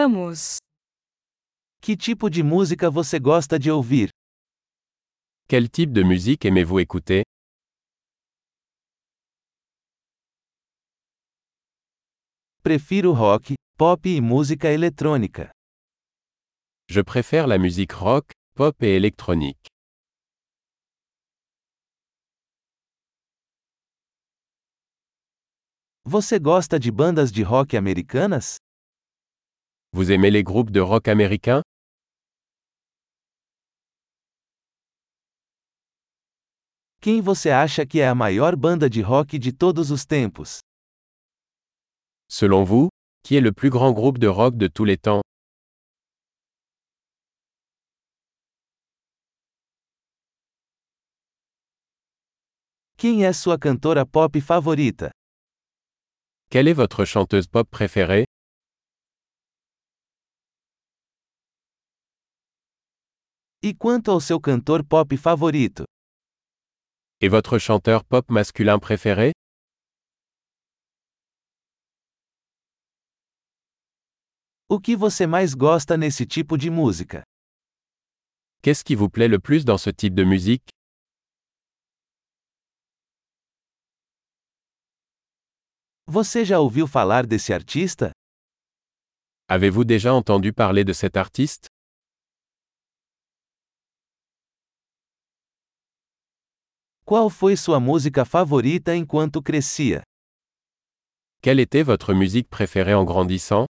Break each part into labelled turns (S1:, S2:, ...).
S1: Vamos!
S2: Que tipo de música você gosta de ouvir?
S3: Quel type de musique aimez-vous écouter
S2: Prefiro rock, pop e música eletrônica.
S3: Je préfère la musique rock, pop et électronique.
S2: Você gosta de bandas de rock americanas?
S3: Vous aimez les groupes de rock américains
S2: Quem você acha que é a maior banda de rock de todos os tempos?
S3: Selon vous, qui est le plus grand groupe de rock de tous les temps
S2: Quem é sua cantora pop favorita?
S3: Quelle est votre chanteuse pop préférée
S2: E quanto ao seu cantor pop favorito?
S3: Et votre chanteur pop masculin préféré
S2: O que você mais gosta nesse tipo de música?
S3: Qu'est-ce qui vous plaît le plus dans ce type de musique
S2: Você já ouviu falar desse artista?
S3: Avez-vous déjà entendu parler de cet artiste
S2: Qual foi sua música favorita enquanto crescia?
S3: Quelle était votre musique préférée en grandissant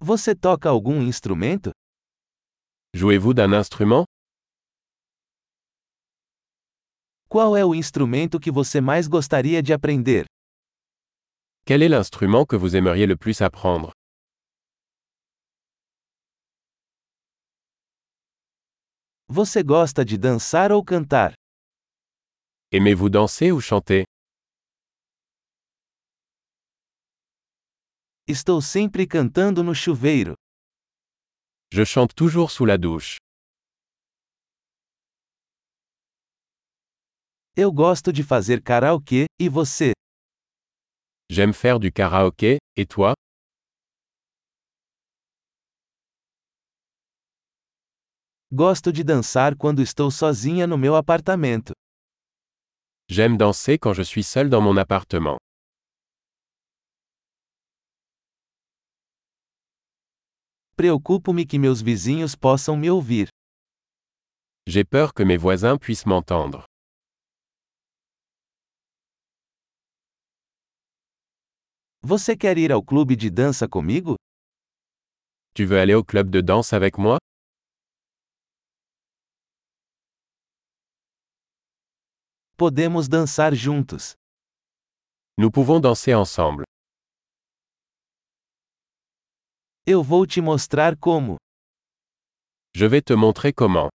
S2: Você toca algum instrumento?
S3: Jouez-vous d'un instrument
S2: Qual é o instrumento que você mais gostaria de aprender?
S3: Quel est l'instrument que vous aimeriez le plus apprendre
S2: Você gosta de dançar ou cantar?
S3: Aimez-vous danser ou chanter
S2: Estou sempre cantando no chuveiro.
S3: Je chante toujours sous la douche.
S2: Eu gosto de fazer karaokê, e você?
S3: J'aime faire du karaoké, et toi
S2: Gosto de dançar quando estou sozinha no meu apartamento.
S3: J'aime danser quand je suis seul dans mon appartement.
S2: Preocupo-me que meus vizinhos possam me ouvir.
S3: J'ai peur que mes voisins puissent m'entendre.
S2: Você quer ir ao clube de dança comigo?
S3: Tu veux aller au club de danse avec moi
S2: Podemos dançar juntos.
S3: Nous pouvons danser ensemble.
S2: Eu vou te mostrar como.
S3: Je vais te montrer comment.